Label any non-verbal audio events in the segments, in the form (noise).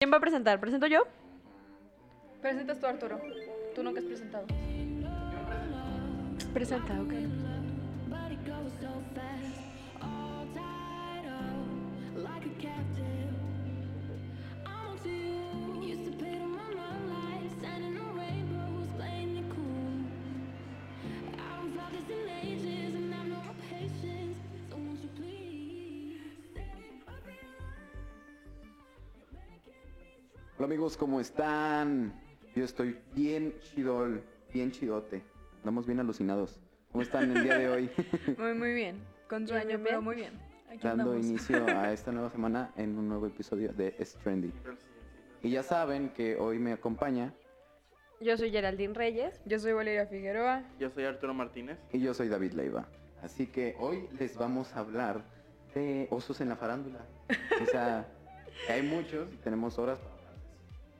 ¿Quién va a presentar? ¿Presento yo? Presentas tú, Arturo. Tú nunca has presentado. Presenta, ok. Hola amigos, ¿cómo están? Yo estoy bien chidol, bien chidote. Andamos bien alucinados. ¿Cómo están el día de hoy? Muy, muy bien. Con Yo muy sueño, bien. pero muy bien. (laughs) Aquí Dando andamos. inicio (laughs) a esta nueva semana en un nuevo episodio de Es Trendy. Y ya saben que hoy me acompaña Yo soy Geraldine Reyes. Yo soy Valeria Figueroa. Yo soy Arturo Martínez. y yo soy David Leiva. Así que hoy les vamos a hablar de osos en la farándula. O sea, que hay muchos y tenemos horas.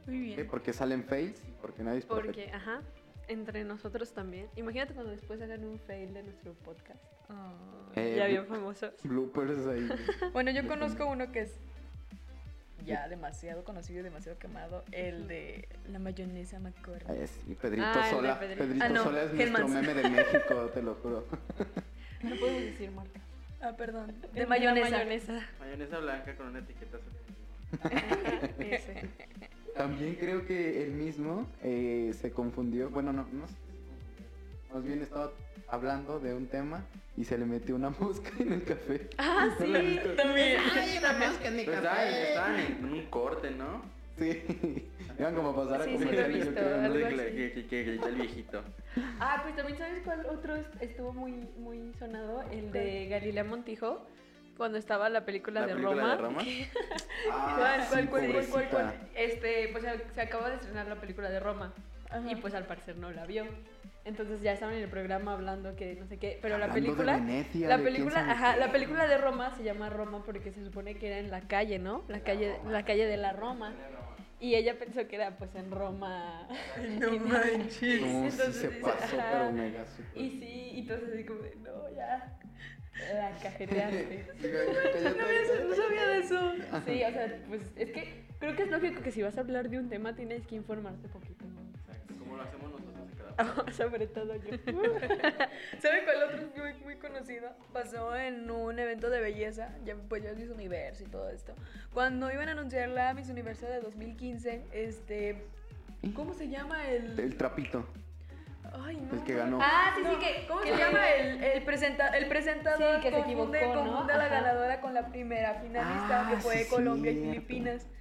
Muy ¿Por qué? Porque salen fails y porque nadie es perfecto. Porque, ajá, entre nosotros también. Imagínate cuando después hagan un fail de nuestro podcast. Eh, ya bl- bien famoso. Bloopers ahí. Bueno, yo conozco uno que es ya demasiado conocido y demasiado quemado. El de la mayonesa McCormick. Ay, sí, Pedrito Ah, el de Sola. Pedrito. Pedrito, Ah, no, Sola es nuestro Hellmann's. (laughs) meme de México, te lo juro. No podemos decir (laughs) marca. Ah, perdón. De mayonesa. mayonesa. Mayonesa blanca con una etiqueta. azul. (laughs) Ese. También creo que él mismo eh, se confundió. Bueno, no, no sé. Más bien estaba hablando de un tema y se le metió una (laughs) mosca en el café. Ah, ¿No lo has sí. visto? También. Pues ay, estaban en en un corte, ¿no? (laughs) Sí. Iban como a pasar a Sí, sí, lo he comerciales, yo visto, creo, ¿no? Algo Entonces, así. que, que- que- que grita el viejito. Ah, pues también sabes cuál otro est- estuvo muy, muy sonado, el de Galilea Montijo, cuando estaba la película, La de, Roma. película de Roma. que- Ah, ¿Cuál, sí, cuál, cuál, cuál, cuál, pobrecita. cuál? Este, pues se, se acaba de estrenar la película de Roma Ajá. y pues al parecer no la vio. Entonces ya estaban en el programa hablando que no sé qué, pero la Hablando de película, Venecia, la de quién película, sabe ajá, qué. la película de Roma se llama Roma porque se supone que era en la calle, ¿no? La calle, la calle de la Roma. Y ella pensó que era pues en Roma. (laughs) No manches. No, sí Entonces se dice, pasó, ajá. pero mega super. Y sí, y entonces así como de, no, ya. La (laughs) cajeteaste. Cállate. No, (laughs) eso, no sabía de eso. Sí, o sea, pues es que creo que es lógico que si vas a hablar de un tema tienes que informarte poquito. Como lo hacemos nosotros en Ah. (laughs) cada Sobre todo yo. ¿Saben cuál otro es muy, muy conocido? Pasó en un evento de belleza, ya, pues ya es Miss Universo y todo esto. Cuando iban a anunciar la Miss Universo de 2015, este... ¿Cómo se llama el...? El trapito, Ay, no. el que ganó. (laughs) Ah, sí, No, sí, que. ¿Cómo que- se llama el, el, presenta- el presentador? Sí, que se confunde, equivocó, ¿no? confunde a la Ajá. ganadora con la primera finalista Ah, que fue sí, Colombia y cierto. Filipinas. (laughs)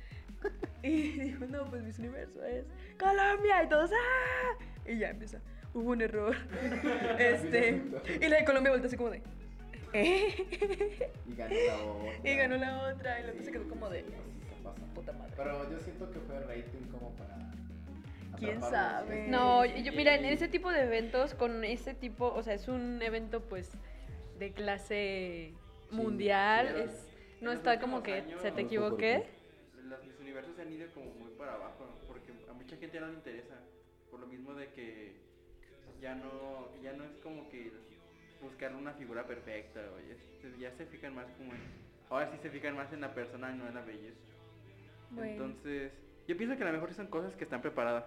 Y dijo, no, pues Miss Universo es Colombia. Y todos, ¡ah! Y ya empezó. Hubo un error. (laughs) este. Y la de Colombia volteó así como de. ¿Eh? Y ganó la otra. Y ganó la otra. Y la otra se quedó como de. Sí, sí, se pasa. Puta madre. Pero yo siento que fue rating como para. ¿Quién atraparlos. sabe? No, yo, mira, en ese tipo de eventos, con ese tipo, o sea, es un evento pues de clase mundial. sí. es- no En está los como que últimos años- se te Los equivoqué. Las mis universos se han ido como muy para abajo, ¿no? porque a mucha gente no le interesa, por lo mismo de que ya no, ya no es como que buscar una figura perfecta, oye, se- ya se fijan más como en, ahora sí se fijan más en la persona y no en la belleza. Bueno. Entonces, yo pienso que a lo mejor son cosas que están preparadas.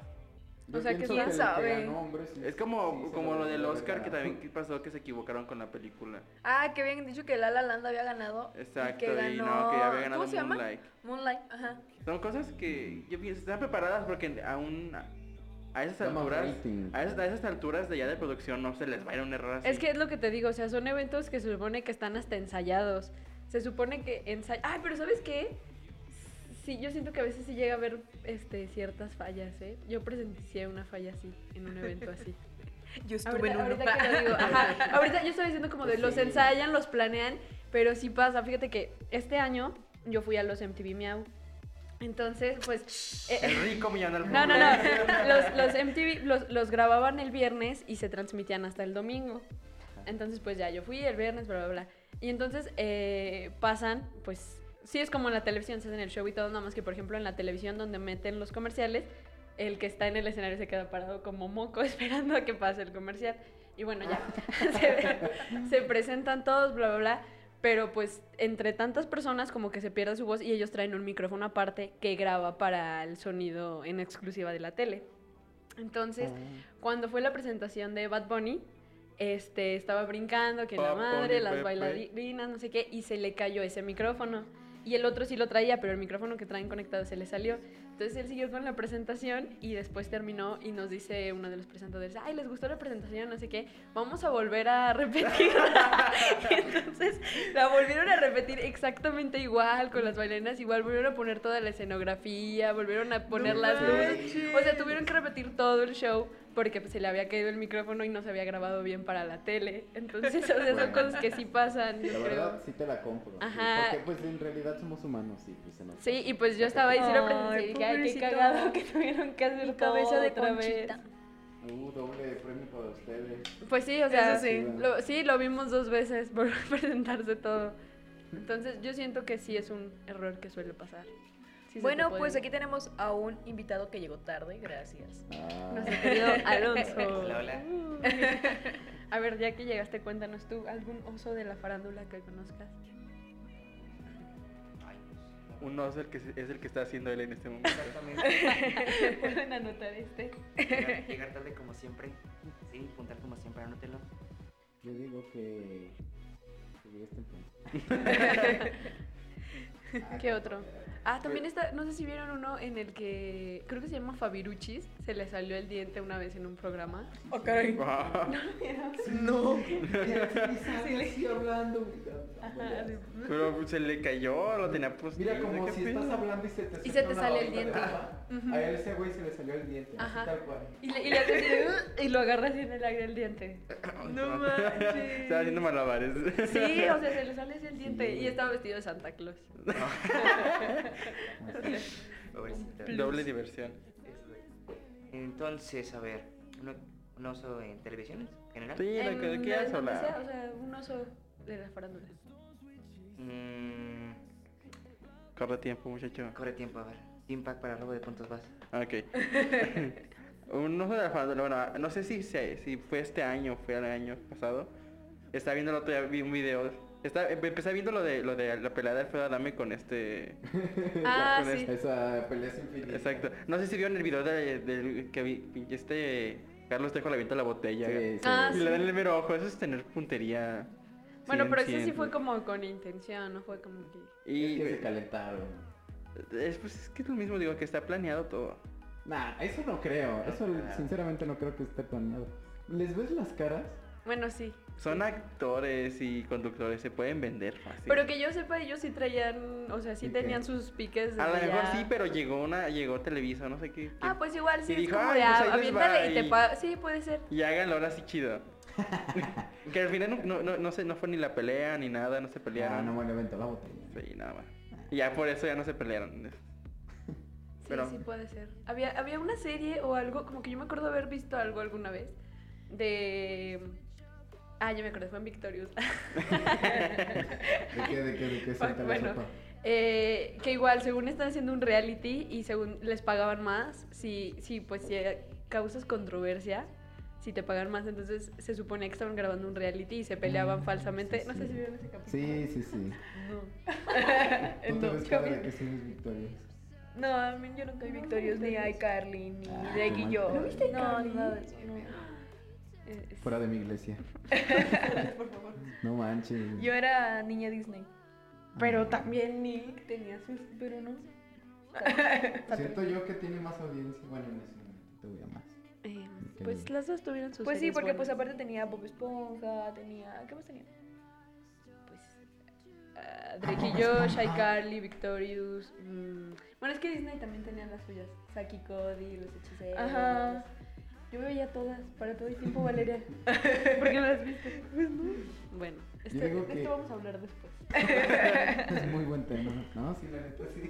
Yo O sea, que pienso quién el sabe. ganó, hombre, sí- Es como, sí se como lo del debe Oscar que ganar. también que pasó que se equivocaron con la película. Ah, que habían dicho que La La Land había ganado. Exacto, Y que ganó... y no, que ya había ¿Cómo ganado se llama? Moonlight. Moonlight, ajá. Son cosas que yo pienso están preparadas porque aún a esas Llama alturas, rating. a esas, a esas alturas de ya de producción no se les va a ir un error así. Es que es lo que te digo, o sea, son eventos que se supone que están hasta ensayados. Se supone que ensayan... Ay, pero ¿sabes qué? Sí, yo siento que a veces sí llega a haber este, ciertas fallas, ¿eh? Yo presencié una falla así, en un evento (laughs) así. Yo estuve ahorita, en uno. ahorita que lo digo, ajá, ahorita yo estaba diciendo como de Pues los sí. ensayan, los planean, pero sí pasa. Fíjate que este año yo fui a los MTV Miau. Leonard. Entonces, pues... eh, el rico (laughs) millonario. no, no, no. (laughs) Los, los MTV los, los grababan el viernes y se transmitían hasta el domingo. Entonces, pues ya yo fui el viernes, bla, bla, bla. Y entonces eh, pasan, pues sí es como en la televisión, se hacen el show y todo, nada más que por ejemplo en la televisión donde meten los comerciales, el que está en el escenario se queda parado como moco (laughs) esperando (laughs) a que pase el comercial. Y bueno, ya se, se presentan todos, bla, bla, bla. Pero pues entre tantas personas como que se pierde su voz y ellos traen un micrófono aparte que graba para el sonido en exclusiva de la tele. Entonces, Oh. cuando fue la presentación de Bad Bunny, este, estaba brincando, que la Bad madre, Bunny, las Pepe. bailarinas, no sé qué, y se le cayó ese micrófono. Y el otro sí lo traía, pero el micrófono que traen conectado se le salió. Entonces él siguió con la presentación y después terminó y nos dice uno de los presentadores, ay, les gustó la presentación, no sé qué, vamos a volver a repetirla. (laughs) Entonces la volvieron a repetir exactamente igual, con las bailarinas igual, volvieron a poner toda la escenografía, volvieron a poner las luces. O sea, tuvieron que repetir todo el show porque pues, se le había caído el micrófono y no se había grabado bien para la tele. Entonces, o sea, son Bueno. cosas que sí pasan, yo creo. La verdad, sí te la compro. sí, Ajá. Porque pues en realidad somos humanos y pues se nos... Sí, y pues yo estaba ahí, sí lo presencié y Ay, dije, ay, qué pobrecito. cagado que tuvieron que hacer Mi todo cabeza de otra vez. conchita. Uh, doble premio para ustedes. Pues sí, o sea, Eso sí. lo- sí, lo vimos dos veces (laughs) por presentarse todo. Entonces, yo siento que sí es un error que suele pasar. Sí se te Bueno, puede pues ir. aquí tenemos a un invitado que llegó tarde, gracias. Ah. Nuestro querido (laughs) Alonso. Hola, hola. (laughs) A ver, ya que llegaste, cuéntanos tú algún oso de la farándula que conozcas. (laughs) Un oso el que se- es el que está haciendo él en este momento. (laughs) Pueden anotar este. Llegar, llegar tarde como siempre. Sí, puntar como siempre, anótelo. (laughs) Yo digo que... que llegues temprano. (laughs) ¿Qué otro? Ah, también está, no sé si vieron uno en el que creo que se llama Fabiruchis, se le salió el diente una vez en un programa. Oh, caray. (laughs) Wow. (laughs) No, así hablando. Ajá, pues, así. Pero pues, se le cayó, lo tenía puesto. "Pues, Mira, como si estás hablando y se te, Y se suelta te una sale el babita de diente. agua. Ujú. A él ese güey se le salió el diente, así Ajá. tal cual. Y, le- y le hace así (laughs) de, "Ugh", y lo agarra así en el aire el diente. No manches. Estaba haciendo malabares. Sí, o sea, se le sale así el diente. Sí. Y estaba vestido de Santa Claus. Pobrecita. Doble diversión. Entonces, a ver, ¿uno- ¿un oso en televisión en general? Sí, lo que En- quieras en donde sea, hablar. O sea, un oso de la (laughs) farándula. Mm, Corre tiempo, muchacho. Ah, corre tiempo, a ver. Team pack para robo de puntos vas. (laughs) Ok. Un oso de la farándula, bueno, no sé si, se- si fue este año o fue el año pasado. Estaba viendo el otro día, vi un video. Estaba, empecé viendo lo de, lo de la pelea de Alfredo Adame (laughs) con este... Ah, con sí. Esa pelea sin fin. Exacto. No sé si vieron el video de, del que vi, este Carlos Trejo le avienta la botella. Sí, sí. Ah, Y le dan el mero ojo, eso es tener puntería. Bueno, pero ese 100, sí fue como con intención, no fue como que... Es Y que se calentaron. es, pues, es que es lo mismo, digo, que está planeado todo. Nah, eso no creo. Eso sinceramente no creo que esté planeado. ¿Les ves las caras? Bueno, sí. Son actores y conductores, se pueden vender fácil. Pero que yo sepa, ellos sí traían, o sea, sí Ok. tenían sus piques. A lo desde mejor ya. sí, pero llegó una, llegó Televisa, no sé qué. qué- Ah, pues igual, sí, Y es dijo, como "Ay, de, pues ahí ah, les va", aviéntale y te y- pago. Sí, puede ser. Y háganlo ahora sí (laughs) chido. que al final no, no, no, se, no fue ni la pelea ni nada, no se pelearon. Ah, no me levantó la botella. Sí, nada más. Y ya por eso ya no se pelearon. Sí, Pero- sí puede ser. Había, había una serie o algo, como que yo me acuerdo haber visto algo alguna vez de... Ah, ya me acuerdo, fue en (laughs) Victorious. (laughs) ¿De qué, de qué, de qué suelta Bueno. la sopa? Eh, que igual, según están haciendo un reality y según les pagaban más, si, si pues si eh, causas controversia, si te pagan más, entonces se suponía que estaban grabando un reality y se peleaban Ah, falsamente. sí, No sé sí. si vieron ese capítulo. Sí, sí, (laughs) sí. (laughs) Tú te No, ves yo cada vi- que sigues victorias. No, a mí yo no soy Victorious, ni iCarly, ni Ah, de qué mal. Guillo. ¿No viste No, iCarly? nada de eso. no. Eh, es- Fuera de mi (laughs) iglesia. No manches. Yo era niña Disney. Pero también Nick tenía sus... Pero no. Siento yo que tiene más audiencia. Bueno, en ese momento tuve más. eh, pues las dos tuvieron sus Pues sí, series porque pues buenas. aparte tenía Bob Esponja, tenía. ¿Qué más tenía? Pues, ah, Drake y Josh, iCarly, Victorious. mm. Bueno, es que Disney también tenía las suyas. Saki Cody, los hechiceros. Ajá. Yo veía todas, para todo el tiempo, Valeria. (laughs) ¿Por qué no las viste? Pues no. Bueno, este- Yo digo de que- esto vamos a hablar después. Es muy buen tema. No, sí, la neta sí.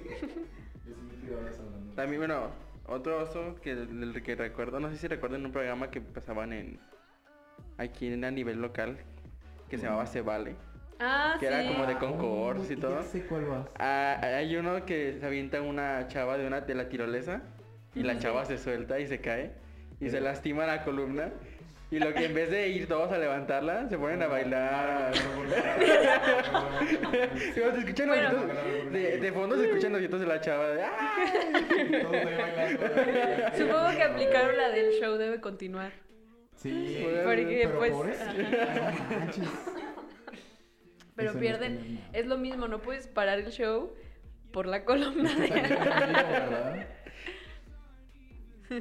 Yo sí me quiero horas hablando. También, bueno, otro oso que, del que recuerdo, no sé si recuerdan un programa que pasaban en aquí en, a nivel local, que se llamaba Se Vale, Ah, que era como de concorsos Oh, y todo. Ya sé cuál vas. Ah, hay uno que se avienta una chava de una de Eh. la tirolesa y la chava se suelta y se cae y se lastima la columna Y lo que en vez de ir todos a levantarla, se ponen (laughs) a bailar. Y cuando se escuchan los Bueno. gritos- de, de fondo se escuchan los gritos de la chava. De, ¡ah! Supongo que aplicaron la del show debe continuar. Sí, Pues, Porque pero pues. pobres. ajá. manches. Pero Eso no pierden. tiene nada. Es lo mismo, no puedes parar el show por la columna de. (laughs)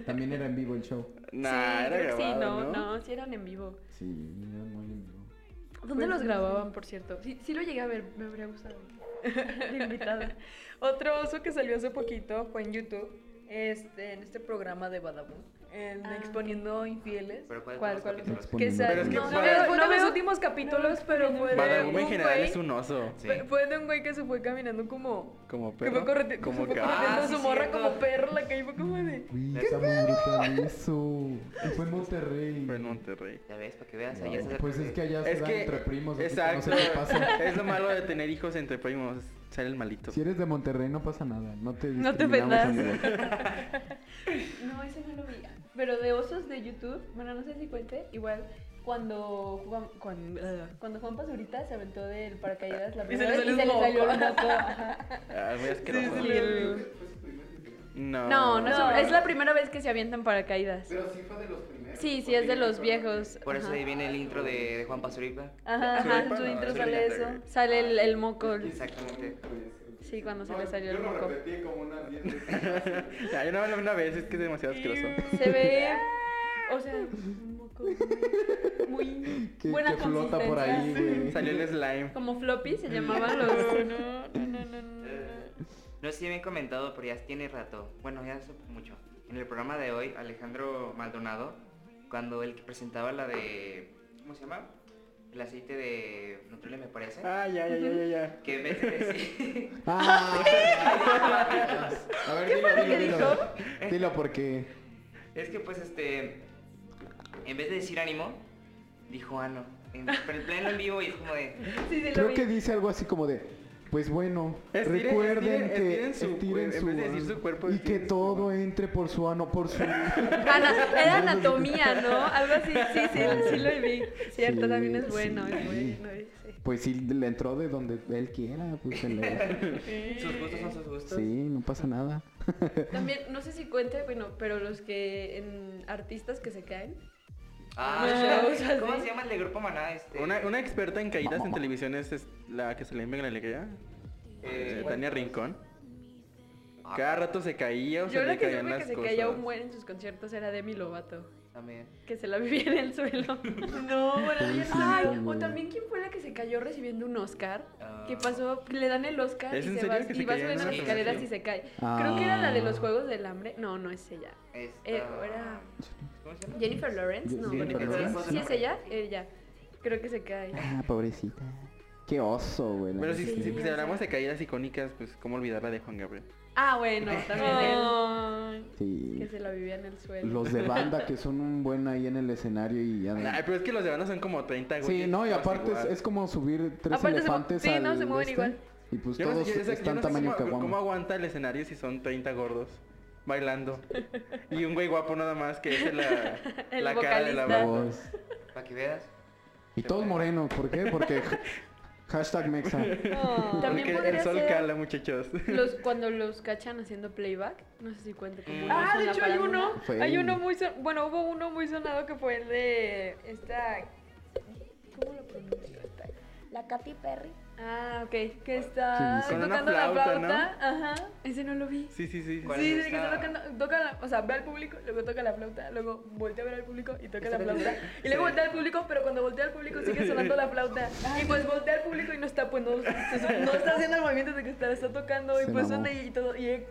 También era en vivo el show. (laughs) Nah, sí, era creo que sí, grabado, no, ¿no? no, sí eran en vivo. Sí, era muy en vivo. ¿Dónde Pues, los sí. grababan, por cierto? Sí, sí lo llegué a ver, me habría gustado. De invitada. Otro oso que salió hace poquito fue en YouTube, este, en este programa de Badabun, en Ah. Exponiendo Infieles. Pero ¿cuáles ¿Cuál, son los cuál? capítulos? Exponiendo. Pero Que sal- es que no, Bada- veo- no no veo veo- los últimos capítulos, pero fue de un Badabun en general güey- es un oso. Sí. fue- fue de un güey que se fue caminando como... Como Que fue perro. correte- que como se fue ca- correteando Ah, a su sí, morra cierto. como perro, la caí fue como de... Uy, está muy brutal eso. Y fue en (laughs) Monterrey. Fue en ah, Monterrey. Ya ves, para que veas. ahí Ay, está- Pues es que allá se Es dan que- entre primos. así que Exacto. No se te pasa. (laughs) es lo malo de tener hijos entre primos. Sale el malito. Si eres de Monterrey no pasa nada. No te No te discriminamos, ofendas. amigo. No, ese no lo vi. Pero de osos de YouTube, bueno, no sé si cuente, igual cuando Juan, cuando, cuando Juan Pazurita se aventó del paracaídas la se primera le vez salió y se un le salió moco. el moco. (laughs) ajá. Ah, muy asqueroso. sí, Y el- No. No, no, es- No. es la primera vez que se avientan paracaídas. Pero sí fue de los primeros. Sí, sí, es de porque los yo- viejos. Por eso ajá. ahí viene el intro de, de Juan Pazuripa. Ajá, Sube ajá, el pan, su no, intro sube sale el eso. pan. Sale el, el moco. Exactamente. Sí, cuando se No, le salió el Yo lo moco. repetí como unas 10 veces. Ya, Ah, yo no hablo una vez, es que es demasiado asqueroso. Se (laughs) ve. O sea, un moco muy. muy Que, buena que flota por ahí, consistencia. güey. Salió el slime. Como floppy se llamaban los. No, no, no, no, no, Eh, no. No sé si bien comentado, pero ya tiene rato. Bueno, ya hace mucho. En el programa de hoy, Alejandro Maldonado, cuando el que presentaba la de. ¿Cómo se llama? El aceite de Nutrile, me parece. Ah, ya, ya, ya, ya, ya. Que en vez de decir- (laughs) Ah, a ver, dilo, lo que dilo, dilo. Dilo porque. Es que pues este. En vez de decir ánimo, dijo ano. En, pero en pleno en vivo y es como de. Sí, sí, lo Creo vi. que dice algo así como de. Pues bueno, Estiren- recuerden estiren- que estiren su cuer- en vez de decir su cuerpo, y que estiren su todo cuerpo. entre por su ano, por su Ana- era anatomía, ¿no? Algo así, sí, sí, sí lo vi. Cierto, Sí, también es sí. bueno, es bueno. es- sí. Pues si le entró de donde él quiera, pues se le... Sus gustos son sus gustos. Sí, no pasa nada. También, no sé si cuente, bueno, pero los que. En artistas que se caen. Ah, No, ya. o sea, ¿Cómo sí. se llama el de grupo Maná? Este. Una, una experta en caídas en televisión es, es la que se le inventa en la alegría. eh, eh, Tania Rincón. ah, Cada rato se caía o se Yo le lo que caían supe que las se cosas. caía un buen en sus conciertos era Demi Lovato. También. Que se la vivía en el (laughs) suelo. No, bueno, Sí, ya sí. no. Ay, o también quién fue la que se cayó recibiendo un Oscar. Ah. ¿Qué pasó? Le dan el Oscar y ¿Es en se serio va, que se y va cayó en subiendo una las escaleras y presentación? se cae. Ah. Creo que era la de los Juegos del Hambre. No, no es ella. Esta- Eh, ahora- ¿Cómo se llama? Jennifer Lawrence. No, Jennifer pero sí, Lawrence. sí es ella. Ella. Creo que se cae. Ah, pobrecita. Qué oso, güey. la Pero si, neta, si- Sí, sí. si o sea. hablamos de caídas icónicas, pues cómo olvidarla de Juan Gabriel. Ah, bueno, también él. Ay. Que Sí. se la vivía en el suelo. Los de banda que son un buen ahí en el escenario y ya... Ay, pero es que los de banda son como 30 Sí, güeyes, no, y todos aparte es, igual. es como subir tres Aparte se mu- elefantes sí, al no, se mueven este, igual. Y pues Yo no sé- todos yo no sé- yo están no sé tamaño cómo, caguama. ¿Cómo aguanta el escenario si son 30 gordos bailando? Y un güey guapo nada más que es la, (laughs) El la cara de la vocalista. banda. Pues, Para que veas. Y todos morenos, ¿por qué? (laughs) Porque ja- hashtag mexa. También Porque el podría sol ser- cala, muchachos. (laughs) Los, cuando los cachan haciendo playback, no sé si cuenta como Mm. una Ah, de sola hecho hay palabra. uno, Fue hay él. uno muy son- bueno, hubo uno muy sonado que fue el de esta ¿Cómo lo pronuncio esta? La Katy Perry. Ah, ok. Que está Sí, sí. Con una tocando la flauta, ¿no? flauta, ajá. Ese no lo vi. Sí, sí, sí. ¿Cuál Sí, es de que está esta? tocando, toca la- o sea, ve al público, luego toca la flauta, luego voltea a ver al público y toca la Espérate. flauta. Y luego Sí. voltea al público, pero cuando voltea al público sigue sonando la flauta. Y pues voltea al público y no está, pues no, no está haciendo el movimiento de que está, está tocando y Se pues mamó. suena y todo. Y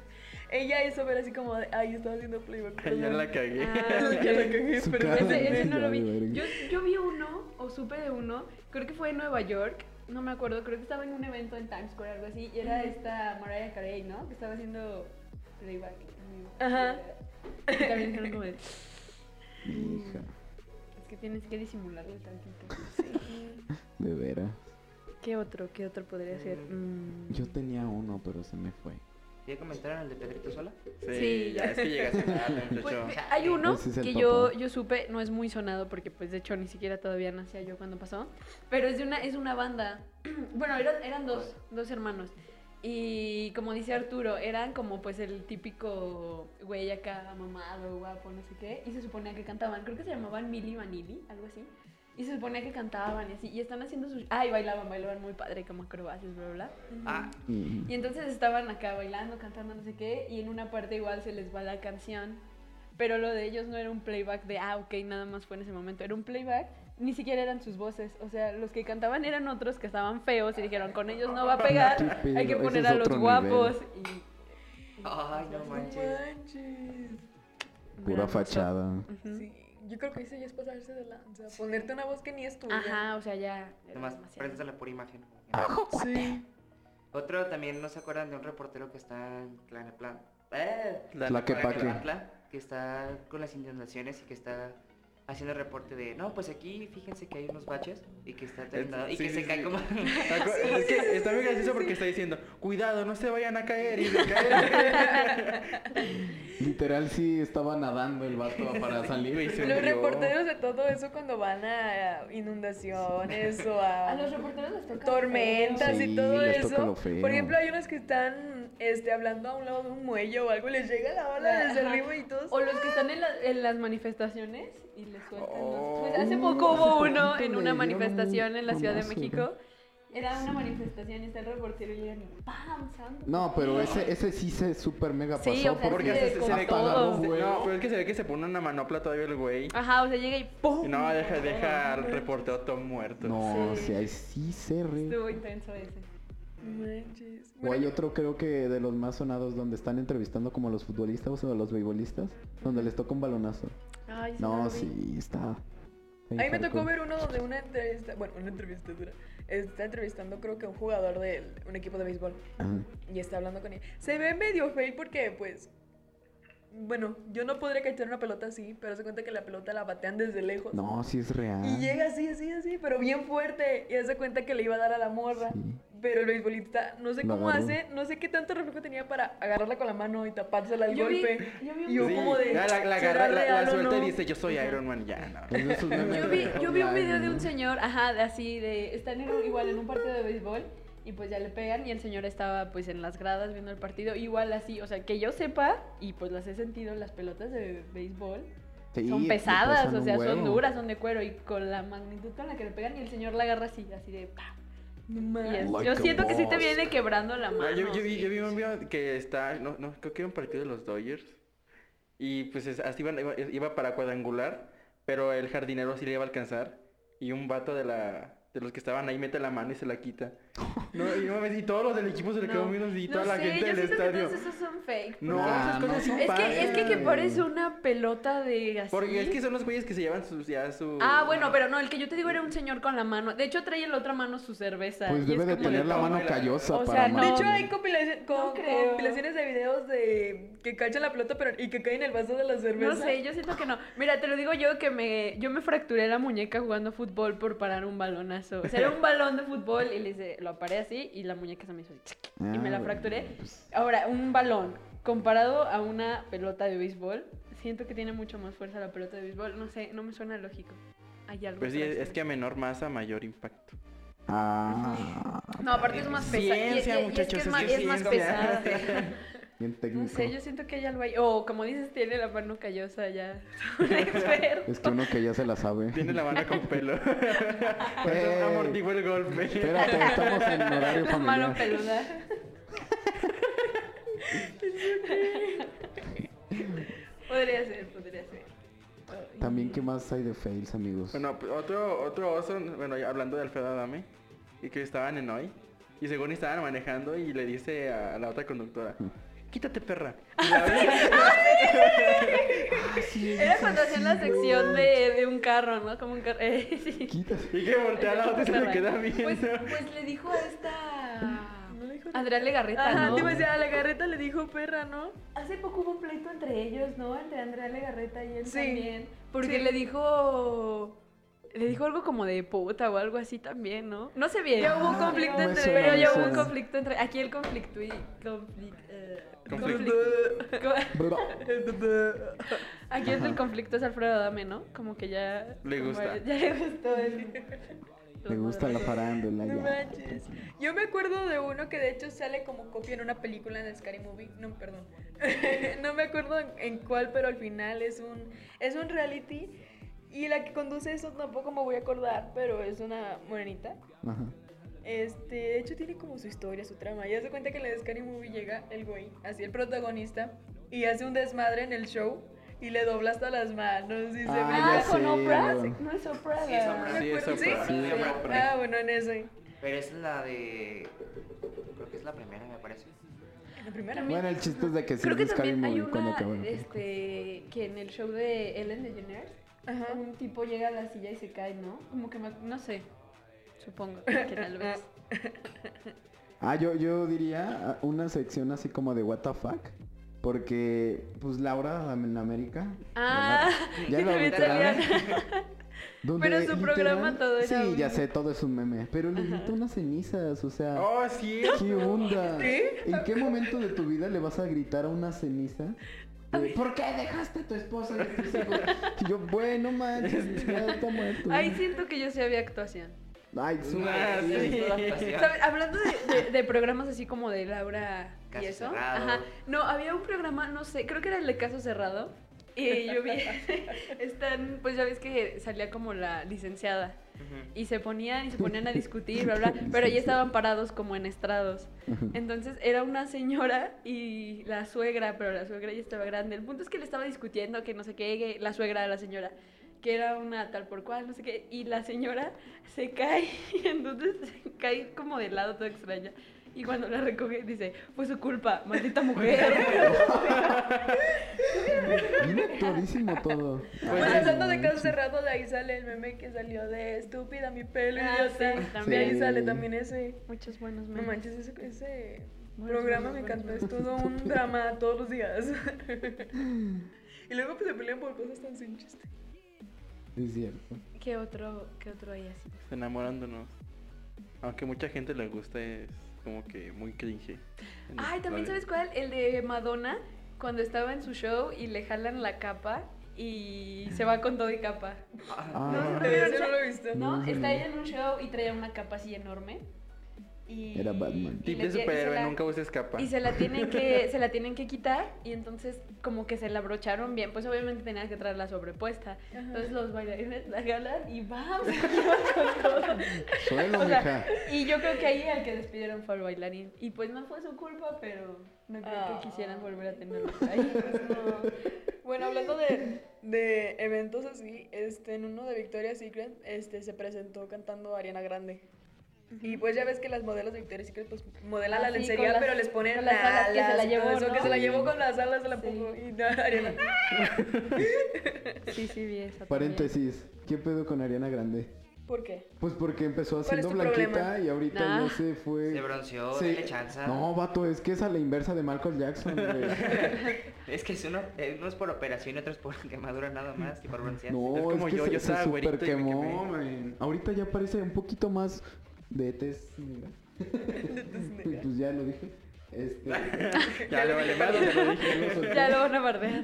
ella hizo ver así como, de, ay, estaba haciendo playback. Ay, (laughs) ya perdón". la cagué. Ah, Ya la ok. cagué, Su perdón. cara. Ese, ese no lo Ya, vi. verga. Yo, yo vi uno, o supe de uno, creo que fue en Nueva York, no me acuerdo, creo que estaba en un evento en Times Square o algo así, y era esta Mariah Carey, ¿no? Que estaba haciendo playback. Ajá. Y también dijeron como de, Hija, es que tienes que disimularle tantito. de veras. ¿Qué otro? ¿Qué otro podría ser? Mm. Yo tenía uno, pero se me fue. ¿Ya comentaron el de Pedrito Sola? Sí. ya es que llegaste tarde, (laughs) Pues, muchacho. hay uno Ese es el que papá. yo, yo supe, no es muy sonado porque pues de hecho ni siquiera todavía nacía yo cuando pasó, pero es de una, es una banda, (clears throat) bueno, eran, eran dos, dos hermanos. Y como dice Arturo, eran como pues el típico güey acá mamado, guapo, no sé qué, y se suponía que cantaban, creo que se llamaban Mili Vanilli, algo así. Y se suponía que cantaban y así, y están haciendo sus... Ay, bailaban, bailaban muy padre, como acrobacias, bla, bla, bla. Ah, Y entonces estaban acá bailando, cantando, no sé qué, y en una parte igual se les va la canción. Pero lo de ellos no era un playback de, ah, ok, nada más fue en ese momento. Era un playback, ni siquiera eran sus voces. O sea, los que cantaban eran otros que estaban feos y dijeron, con ellos no va a Qué pegar, pedo, hay que ese es poner a los otro guapos. Y... Ay, no manches. manches. Pura Mira, fachada. ujú. Sí, yo creo que eso ya es pasarse de lanza. Ponerte una voz que ni es tuya. Ajá, o sea, ya. era Nomás, demasiado. préstala por imagen. Sí. Otro también, ¿no se acuerdan de un reportero que está en plan... plan eh, Tlaquepaque. Tlaquepantla, que está con las inundaciones y que está haciendo reporte de, no, pues aquí fíjense que hay unos baches y que está terminado y sí, que sí, se cae (laughs) sí. como... Acu- es que está muy gracioso porque está diciendo, cuidado, no se vayan a caer y se caen. Literal sí estaba nadando el vato para salir. Güey, se Los murió. reporteros de todo eso cuando van a inundaciones o A los a reporteros les toca. tormentas Sí, y todo les toca lo eso. feo. Por ejemplo, hay unos que están este, hablando a un lado de un muelle o algo, les llega la ola desde Ajá. arriba y todos. O los que están en, la- en las manifestaciones y les sueltan Oh. los... Pues hace poco hubo Hace uno poquito en le una dieron manifestación un en la Ciudad de plomazo, México. Era una manifestación y está el reportero y eran ¡pam! santo! No, pero ese, ese sí se super mega pasó. Sí, o sea, Porque sí, hasta se, con se ve todo. apagado, como- güey. No, pero es que se ve que se pone una manopla todavía el güey. Ajá, o sea, llega y ¡pum! Y no, deja, deja al reportero todo muerto. No, Sí. sí, ahí sí se re. Estuvo intenso ese. Manches. O hay Bueno, otro creo que de los más sonados donde están entrevistando como a los futbolistas o a los beisbolistas, donde les toca un balonazo. Ay, sí, No, lo vi. sí, está. A mí me tocó ver uno donde una entrevista, bueno, una entrevista dura, está entrevistando creo que a un jugador de un equipo de béisbol Ah, y está hablando con él. Se ve medio fail porque, pues, bueno, yo no podría cachar una pelota así, pero se cuenta que la pelota la batean desde lejos. No, sí es real. Y llega así, así, así, pero bien fuerte. Y hace cuenta que le iba a dar a la morra. Sí. Pero el beisbolista, no sé La cómo agarró. hace, no sé qué tanto reflejo tenía para agarrarla con la mano y tapársela al Yo vi- golpe. yo vi un y yo Sí, como de... ya la, la ¿será agarra, la- la, real o suelta y no? dice, yo soy Iron Man, ya, no. Es de esos memes Yo que vi, dejan yo vi un online, video de ¿no? un señor, ajá, de así de. Están en un- igual en un partido de béisbol y pues ya le pegan y el señor estaba pues en las gradas viendo el partido. Igual así, o sea, que yo sepa y pues las he sentido, las pelotas de béisbol Sí, son te pesadas, pesan o un sea, son huevo. duras, son de cuero y con la magnitud con la que le pegan y el señor la agarra así, así de. pa. No Y mames. es- Like yo a siento que sí te wasp. viene quebrando la mano. Ah, yo, yo vi, sí. yo vi un video que está, no, no, creo que era un partido de los Dodgers. Y pues es- así iban- iba, iba para cuadrangular, pero el jardinero sí le iba a alcanzar. Y un vato de la de los que estaban ahí mete la mano y se la quita. No, y, no mames, y todos los del equipo se le quedó mirando y toda No la sé, gente yo del siento que estadio. todos esos son fake. No, Nah, esas cosas Ah, no sí son Es que, es que que pasan. pares una pelota de así. Porque es que son los güeyes que se llevan sus, ya su... Ah, bueno, pero no, el que yo te digo era un señor con la mano. De hecho, trae en la otra mano su cerveza. y Pues es debe de como tener la mano Mira, callosa o sea, para no. De amarrar. hecho, hay compilaci- co- No creo. compilaciones de videos de que cachan la pelota pero, y que caen en el vaso de la cerveza. No sé, yo siento que no. Mira, te lo digo yo que me, yo me fracturé la muñeca jugando fútbol por parar un balonazo. O sea, era un balón de fútbol y le hice- lo paré así y la muñeca se me hizo así, chiqui, y me la Ah, fracturé. pues, Ahora, un balón comparado a una pelota de béisbol, siento que tiene mucho más fuerza la pelota de béisbol. No sé, no me suena lógico. Hay algo. Pues sí, atrás es, de es que a menor masa, mayor impacto. ah, No, aparte es más pesada. Y- Ciencia, y- y es que muchachos, es más, es que es más ciencia. (laughs) (laughs) pesada. bien técnico. No sé, yo siento que hay algo ahí. O como dices, tiene la mano callosa ya. (laughs) (laughs) Un experto. Es que uno que ya se la sabe. Tiene la mano con pelo. Por (laughs) eso Eh, amortigua el golpe. Espérate, estamos (laughs) en horario La mano familiar. peluda. (laughs) podría ser, podría ser. También, ¿qué más hay de fails, amigos? Bueno, p- otro, otro oso, bueno, ya hablando de Alfredo Adame, y que estaban en hoy, y según estaban manejando, y le dice a la otra conductora, (laughs) quítate perra. Ah, Y la otra- Era cuando hacían la sección de, de un carro, ¿no? Como un carro. (laughs) eh, sí. Quítate. y que voltea a la otra y se le queda Pues, viendo. pues le dijo a esta. No le dijo nada. Andrea Legarreta. Ajá, ¿no? te iba a decir, a la garreta le dijo perra, ¿no? Hace poco hubo un pleito entre ellos, ¿no? Entre Andrea Legarreta y él Sí. también. Porque Sí. le dijo. Le dijo algo como de puta o algo así también, ¿no? No sé bien. Ya hubo un conflicto me entre suena, Pero me ya hubo un suena. conflicto entre. Aquí el conflicto y. conflict- eh, Conflicto. conflicto. (laughs) Aquí es el conflicto es Alfredo Adame, ¿no? Como que ya. Le como gusta. Ya le gustó el. Me gusta la farándula No ya. manches. Yo me acuerdo de uno que de hecho sale como copia en una película en el Scary Movie. No, perdón. (laughs) no me acuerdo en, en cuál, pero al final es un, es un reality. Y la que conduce eso tampoco me voy a acordar, pero es una morenita. Ajá. Este, de hecho tiene como su historia, su trama. Ya se cuenta que en la de Scary Movie llega el güey, así el protagonista, y hace un desmadre en el show y le dobla hasta las manos y se Ah, brinca. Ah, ya con sé, Oprah. luego. No es Oprah. Sí, es la- Oprah. ¿Me Sí, es acuerdo? Oprah, ¿Sí? sí, es Oprah. Ah, bueno, en ese. Pero esa es la de. Creo que es la primera, me parece. En la primera. Bueno, el chiste es de que sí Creo que es Scary también hay Movie una cuando acabó la película. este, que en el show de Ellen DeGeneres Ajá. un tipo llega a la silla y se cae, ¿no? Como que me- no sé, supongo que tal vez. Ah, yo, yo diría ah, una sección así como de what the fuck. Porque, pues Laura en América. (laughs) Ah, ya que (laughs) la también otra salía- donde Pero su programa todo era Sí, un- ya sé, todo es un meme. Pero le grita unas cenizas, o sea. Oh, sí. ¿Qué onda? ¿Qué? ¿En qué momento de tu vida le vas a gritar a una ceniza? de, ¿Por qué dejaste a tu esposa y a tus hijos?" Y yo, bueno, manches, Este, ya está muerto. Ahí siento que yo sí había actuación. Ay, es una- Ah, sí. sí. (laughs) ¿Sabe? Hablando de, de- de programas así como de Laura y Caso eso. Cerrado. Ajá. No, había un programa, no sé, creo que era el de Caso Cerrado. Y yo vi, (laughs) están, pues ya ves que salía como la licenciada. Ujú. y se ponían y se ponían a discutir, bla, bla, pero ya estaban parados como en estrados. Entonces era una señora y la suegra, pero la suegra ya estaba grande. El punto es que le estaba discutiendo que no sé qué, que la suegra a la señora, que era una tal por cual, no sé qué, y la señora se cae, (laughs) y entonces se cae como de lado toda extraña. Y cuando la recoge dice, fue su culpa, maldita (laughs) (laughs) mujer. Bien actuadísimo todo. Pues bueno, sí, hablando de caso manches. cerrado, de ahí sale el meme que salió de estúpida mi pelo Ah, idiota. sí, De también. ahí Sí. sale también ese. Muchos buenos No memes. manches, ese, ese Buenos, programa buenos, me buenos, encantó. este buenos. Es (laughs) todo un drama todos los días. y luego pues, se pelean por cosas tan sin chiste. Es cierto. ¿Qué otro, qué otro hay así? (laughs) Enamorándonos. Aunque mucha gente le gusta es como que muy cringe. Ay, también La de- sabes cuál, el de Madonna, cuando estaba en su show y le jalan la capa y se va con todo y capa. Ah, no, no, no. Ese no lo he visto. ¿No? No, Está no. ella en un show y traía una capa así enorme. Y, Era Batman. y Tip le de tie- y se superhéroe, la- nunca uses capa. Y se la tienen (laughs) que, se la tienen que quitar y entonces como que se la abrocharon bien, pues obviamente tenía que traer la sobrepuesta. Entonces los bailarines la jalan y vamos. suelo, O sea, mija. Y yo creo que ahí al que despidieron fue al bailarín. Y pues no fue su culpa, pero no creo Ah. que quisieran volver a tenerlo ahí. Bueno, hablando de, de eventos así, este, en uno de Victoria's Secret este, se presentó cantando Ariana Grande. Y pues ya ves que las modelos de Victoria's Secret pues modelan Ah, la sí, lencería, con las- pero les ponen con las alas que se la alas y todo llevó, eso, ¿no? que se la llevó con las alas se la Sí. puso y no, Ariana. Sí, sí, vi esa. Paréntesis. ¿Qué pedo con Ariana Grande? ¿Por qué? Pues porque empezó haciendo es tu blanquita problema? y ahorita Nah. ya se fue. Se bronceó, Sí. dale chanza. No, vato, es que es a la inversa de Michael Jackson, güey. Es que es uno, eh, uno es por operación y otro es por (laughs) quemadura nada más que por broncearse. No, es, Es como que yo, se, yo se estaba super güerito y me quemó, quemé. man. Ahorita ya parece un poquito más de tez (laughs) negra. (laughs) Y pues ya lo dije. (laughs) Este, Ya le vale madre, ya lo dije. (laughs) ya lo solté. Ya lo van a bardear.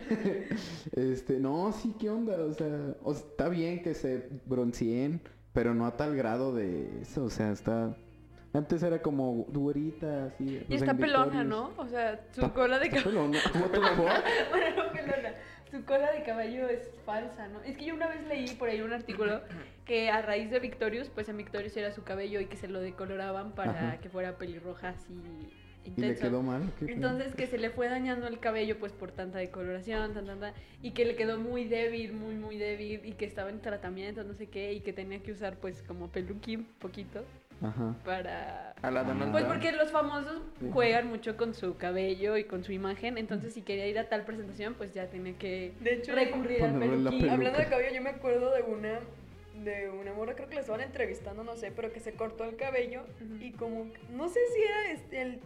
Este, no, sí, ¿qué onda? O sea, o sea, está bien que se bronceen, pero no a tal grado de eso, o sea, está... Antes era como güerita, así. Y o sea, está en pelona, Victorious. ¿no? O sea, su Está- cola de (laughs) Está caballo. pelona. What the fuck? Bueno, no pelona. Su cola de caballo es falsa, ¿no? Es que yo una vez leí por ahí un artículo que a raíz de Victorious, pues en Victorious era su cabello y que se lo decoloraban para Ajá. que fuera pelirroja así Y intenso. le quedó mal. ¿qué pedo? Entonces que se le fue dañando el cabello pues por tanta decoloración, tan, tan, tan, y que le quedó muy débil, muy, muy débil, y que estaba en tratamiento, no sé qué, y que tenía que usar pues como peluquín poquito Ajá. para... A la Donald Pues Trump. porque los famosos juegan mucho con su cabello y con su imagen, entonces si quería ir a tal presentación pues ya tenía que De hecho, recurrir al Ponerle la peluquín. Hablando de peluca. cabello, yo me acuerdo de una de una morra, creo que la estaban entrevistando, no sé, pero que se cortó el cabello Ujú. y como no sé si era este, el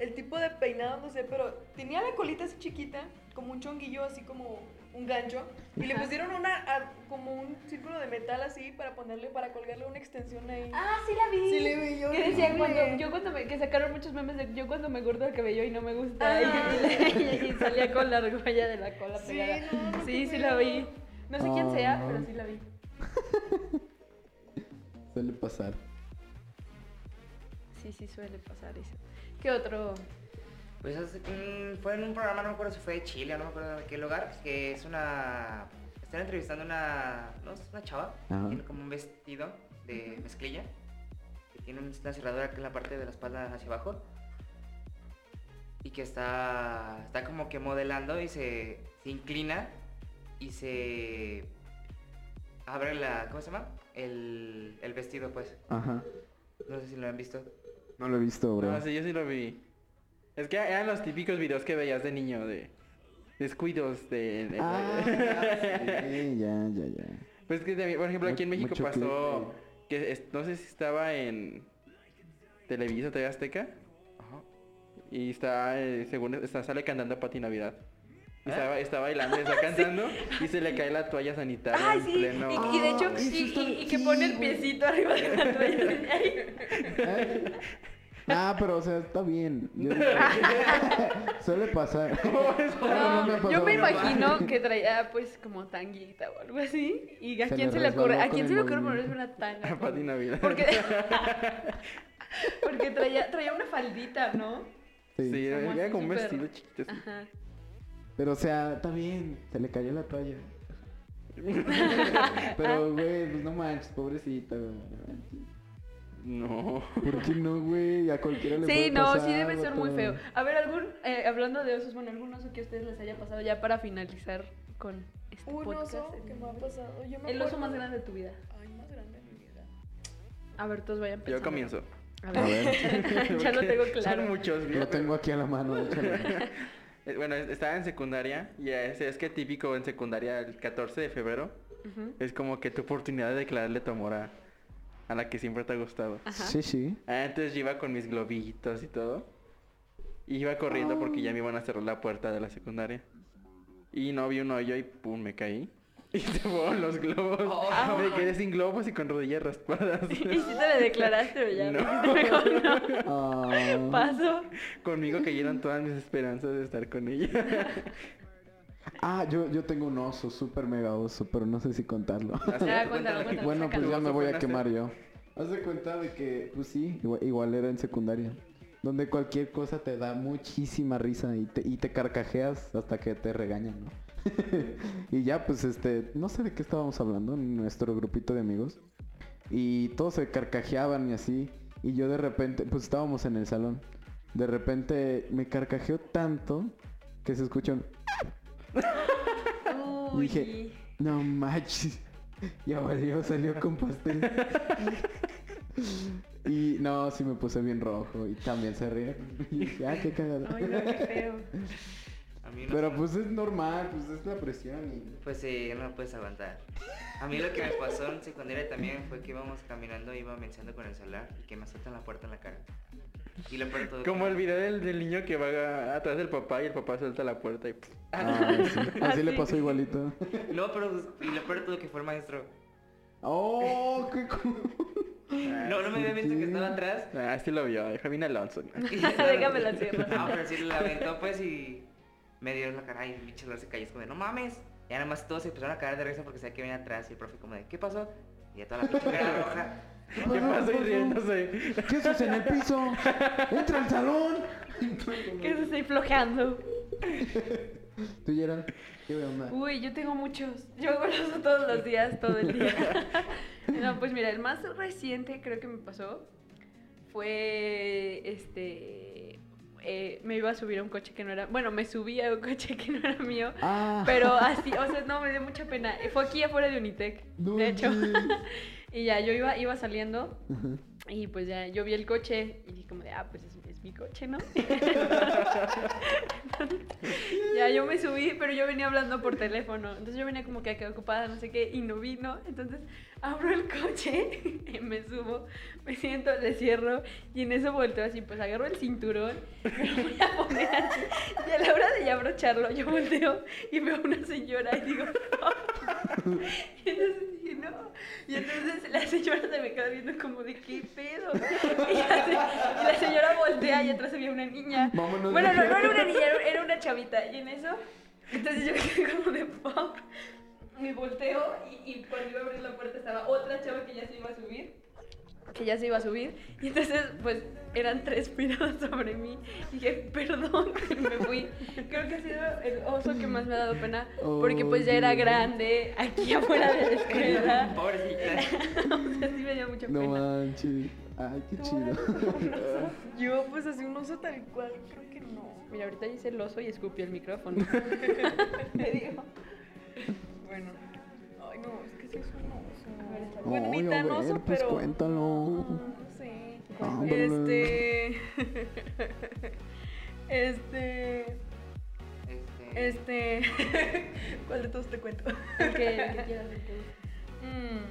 el tipo de peinado, no sé, pero tenía la colita así chiquita, como un chonguillo, así como un gancho, y le pusieron una, a- como un círculo de metal así para ponerle, para colgarle una extensión ahí. Ah, sí la vi. Sí, le vi yo. Que decía no, cuando, güey. yo cuando me, que sacaron muchos memes de yo cuando me gordo el cabello y no me gusta. y- Ah. Y, y (laughs) salía con la argolla de la cola Sí, pegada. no, no, sí, qué sí la feo. vi. No sé quién sea, Ah. pero sí la vi. Suele pasar. Sí, sí suele pasar eso. ¿Qué otro? Pues hace- mm, fue en un programa, no me acuerdo si fue de Chile, no me acuerdo de qué lugar, que es una... Están entrevistando una, no, es una chava, Ajá. tiene como un vestido de mezclilla, que tiene un- una cerradura aquí en la parte de la espalda hacia abajo, y que está, está como que modelando y se, se inclina y se abre la, ¿cómo se llama? El, el vestido, pues. Ajá. No sé si lo han visto. No lo he visto, bro. No, sí, yo sí lo vi. Es que eran los típicos videos que veías de niño de descuidos de... de- Ah, sí, ya, ya, ya. (laughs) Pues que también, por ejemplo, aquí en Mu- México Ah, mucho pasó que es- no sé si estaba en Televisa TV Azteca. Y está, eh, según está, sale cantando Pati Navidad. Y estaba, está bailando, está cantando y se le cae la toalla sanitaria. Ay, en sí. pleno- Y, y de hecho, Ah, sí, eso está- y, y que pone el sí, güey. piecito arriba de la toalla. (laughs) Ay, ¿Eh? Ah, pero o sea, está bien. Yo- (laughs) Suele pasar. Pero Ah, no me ha No, yo pasado me nada. imagino que traía pues como tanguita o algo así. ¿Y a Se quién le se le ocurre? resbaló ¿A con quién el se le ocurre movimiento. ponerse una tanga? (laughs) a (laughs) Pati Navidad. Porque, (laughs) porque traía, traía una faldita, ¿no? Sí. Sí, Como era así como un súper- vestido chiquito. así. Ajá. Pero o sea, está bien. Se le cayó (laughs) la toalla. Pero, güey, pues no manches, pobrecita, güey. No. (laughs) ¿Por qué no, güey? A cualquiera le Sí, puede no, sí pasar, debe ser muy vato. feo. A ver, algún, eh, hablando de osos, bueno, algún oso que a ustedes les haya pasado ya para finalizar con este Un podcast. oso que me ha pasado. Yo me El oso acuerdo- más grande de tu vida. Ay, más grande de mi vida. A ver, todos vayan pensando. Yo comienzo. A A ver, (laughs) ya lo Porque tengo (laughs) Son claro. muchos, mira, Lo tengo aquí a la mano, échale. Eh, Bueno, es- estaba en secundaria y es, es que típico en secundaria el 14 de febrero Ujú. es como que tu oportunidad de declararle tu amor a, a la que siempre te ha gustado. Ajá. (laughs) Sí, sí. Ah, entonces yo iba con mis globitos y todo. Y iba corriendo porque ya me iban a cerrar la puerta de la secundaria. Y no vi un hoyo y pum, me caí. (laughs) Y se fueron los globos. Oh. me quedé sin globos y con rodillas raspadas. (laughs) ¿Y si te le declaraste o ya? No. dijiste, Mejor no. Ah. Paso. Conmigo cayeron todas mis esperanzas de estar con ella. Ah, yo, yo tengo un oso, súper mega oso, pero no sé si contarlo. (laughs) Ya, cuéntalo, cuéntalo. Bueno, pues ya me voy a Sacaste. quemar yo. Haz de cuenta de que, pues sí, igua- igual, era en secundaria. Donde cualquier cosa te da muchísima risa y te, y te carcajeas hasta que te regañan, ¿no? (laughs) y ya, pues este, no sé de qué estábamos hablando, nuestro grupito de amigos. Y todos se carcajeaban y así. Y yo de repente, pues estábamos en el salón. De repente me carcajeo tanto que se escucha un... Uy. Dije- No manches. (laughs) Ya valió, salió con pastel. (laughs) y no, sí me puse bien rojo y también se ríe. (laughs) Y dije, ah, qué cagado. Ay, no, qué feo. A mí (laughs) no Pero sé. pues es normal, pues es la presión y... Pues sí, no puedes aguantar. A mí lo que me pasó en secundaria también fue que íbamos caminando, iba mencionando con el celular y que me azotan la puerta en la cara. Y lo peor de todo pues, que- Como el video del, del niño que va a- atrás del papá y el papá suelta la puerta y... pff. Ah, (laughs) sí. Así le pasó igualito. No, pero y lo peor de todo que fue el maestro. Oh, (laughs) qué cool. No, no me había visto que estaba (laughs) atrás. Ah, sí lo vio, Javín Alonso. (laughs) Déjame la cierro. No, pero sí la aventó pues y me dieron la cara y mi celular se cayó. Es como de, no mames. Y nada más todos se empezaron a caer de risa porque sabía que venía atrás y el profe como de, ¿qué pasó? Y ya toda la pinche cara roja. (laughs) ¿Qué pasó? (laughs) Y riéndose. ¿Qué haces en el piso? ¡Entra al salón! Que se estoy flojeando. Tú, Gerald, ¿qué onda? Uy, yo tengo muchos. Yo hago eso todos los días, todo el día. (laughs) no, pues mira, el más reciente creo que me pasó fue este. eh, me iba a subir a un coche que no era. Bueno, me subí a un coche que no era mío. Ah, Pero así, o sea, no, me dio mucha pena. Fue aquí afuera de Unitec, no de hecho. manches. Y ya yo iba, iba saliendo Ajá. y pues ya yo vi el coche y dije como de, ah, pues es, es mi coche, ¿no? ya yo me subí, pero yo venía hablando por teléfono. Entonces yo venía como que acá ocupada, no sé qué, y no vino. Entonces abro el coche, (laughs) me subo, me siento, le cierro y en eso volteo así, pues agarro el cinturón, me lo voy a poner así. Y a la hora de ya abrocharlo, yo volteo y veo a una señora y digo, (laughs) "No". Y entonces dije, no. Y entonces la señora se me queda viendo como de qué pedo. Y la, se- y la señora voltea y atrás había una niña. Vámonos. Bueno, no, no era una niña, era- era una chavita. Y en eso, entonces yo me quedé como de pop. Me volteo y, y cuando iba a abrir la puerta estaba otra chava que ya se iba a subir. Que ya se iba a subir. Y entonces, pues, eran tres miradas (laughs) sobre mí. Y dije, perdón, (laughs) y me fui. Creo que ha sido el oso que más me ha dado pena. Porque, pues, ya era Oye. grande, aquí afuera de la escuela. Pobrecita. o sea, (laughs) sí me dio mucha No pena. manches. Ay, qué chido. (laughs) (laughs) Yo, pues así un oso tal cual, creo (laughs) que no. Mira, ahorita hice el oso y escupió el micrófono. (laughs) Te digo. Bueno. Ay, no, es que sí es un oso. Ay, Bueno, ni Ay, a tan ver, oso, pues pero. (laughs) cuéntalo. Ah, No sé. Ándale. Este. (laughs) este. Este, Este. (laughs) ¿Cuál de todos te cuento? El que, el que quieras, el que- Mm.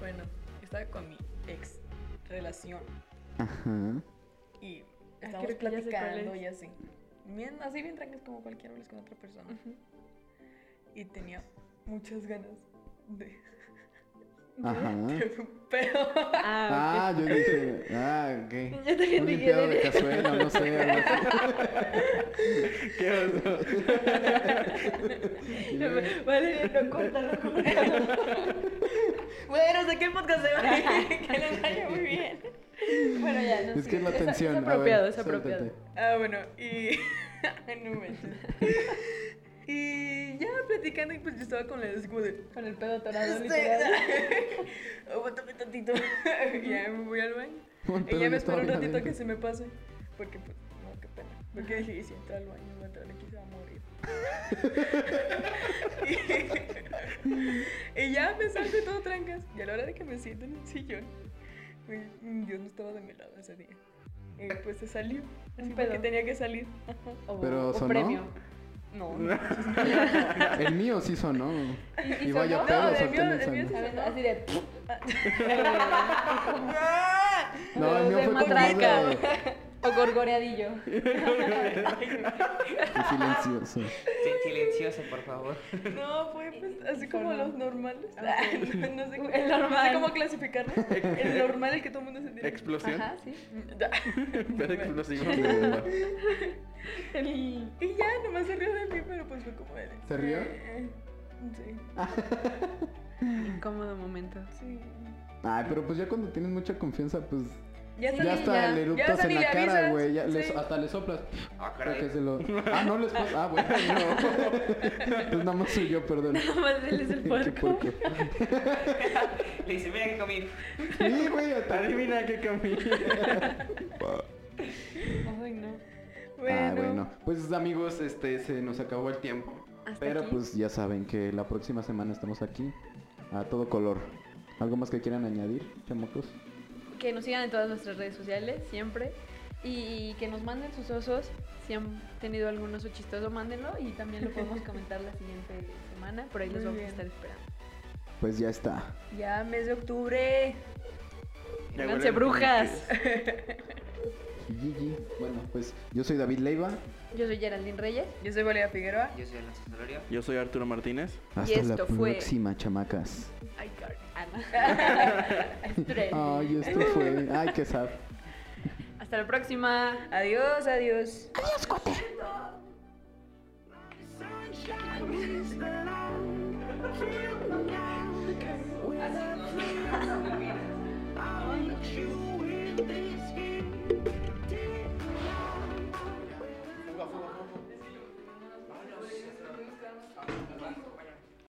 Bueno, estaba con mi ex relación Ajá. y Ah, estábamos creo que ya sé cuál platicando es. y así. Bien, así bien tranquilos como cualquiera hablas con otra persona. Y tenía muchas ganas de, (laughs) Ajá. de un pedo. (laughs) Ah, Ah, yo dije. Ah, ok. ok. (laughs) Yo también Un dije, limpiado de "Dele". cazuela, no sé. algo (laughs) así. ¿Qué oso? (laughs) Valeria, no córtalo, (laughs) córtalo. Bueno, saqué el podcast de hoy. (laughs) que les vaya muy bien. Bueno, ya, no Es que es la sí, es- tensión. Es, a ver, apropiado, es suéltate. apropiado. Ah, bueno, y. (laughs) Ay, no manches. Y ya platicando, y pues yo estaba con la así como de. Con el pedo (laughs) atorado, literal. (laughs) Este... Aguántame tantito. (laughs) Y ya me voy al baño. Un Y pedo ya me que espero un todavía ratito a que dentro. se me pase. Porque, pues, no, qué pena. Porque dije, "Y si entra al baño, va a entrar aquí, se va a morir. (laughs) y, (laughs) y ya me salgo y todo trancas. Y a la hora de que me siento en el sillón, güey, Dios no estaba de mi lado ese día. Y pues se salió. Así Un pedo. porque tenía que salir. Ajá. O, Pero o sonó. premio. (laughs) No, El mío sí (laughs) sonó. y Y vaya sonó. pedo, No, el solté mío- en el el mío sonido. ¿Sabes? Así de. No, el mío de fue como más matraca. (laughs) de o gorgoreadillo. de silencioso. sí, silencioso, por favor. No, fue (laughs) pues, así como Informal. los normales. Ah, (laughs) Ay, no, no sé, El cómo- no sé normal. cómo clasificarlo. El normal, el que todo el mundo se tiene. ¿Explosión? Ajá, sí. (laughs) Pero explosivo. Qué bomba. El- Y ya, nomás se rió de mí, pero pues fue como de... ¿Se rió? Eh, Sí, Incómodo (laughs) momento. sí. Ay, pero pues ya cuando tienes mucha confianza, pues Ya Sí, ya salí. hasta ya. le Ya eructas hasta en ni la le cara, avisas. güey. ya le- Sí. hasta le soplas. Ah, para que caray. se (laughs) lo- Ah, no les pasa. Ah, bueno, (laughs) no. (laughs) Pues nada más soy yo, (laughs) perdón. Nada más él es el (laughs) Qué puerco. puerco. Le dice, mira que comí. Sí, (laughs) güey, Ah, hasta- Adivina qué comí. Ay, no. Ah, Bueno. bueno. Pues amigos, este se nos acabó el tiempo. Hasta Pero aquí. pues ya saben que la próxima semana estamos aquí a todo color. ¿Algo más que quieran añadir, chamacos? que nos sigan en todas nuestras redes sociales siempre y que nos manden sus osos si han tenido algún oso chistoso mándenlo y también lo (laughs) podemos comentar la siguiente semana por ahí los Muy vamos bien. a estar esperando Pues ya está. Ya, mes de octubre. Ya Pónganse huelen brujas GG. Bueno, pues yo soy David Leiva. yo soy Geraldine Reyes Yo soy Valeria Figueroa. Yo soy Alonso Solorio. Yo soy Arturo Martínez. Hasta la esto fue- próxima, chamacas. ay Ah, (laughs) Ay, esto fue. Ay, qué sad. hasta la próxima Adiós, adiós. Sunshine is the light. Feel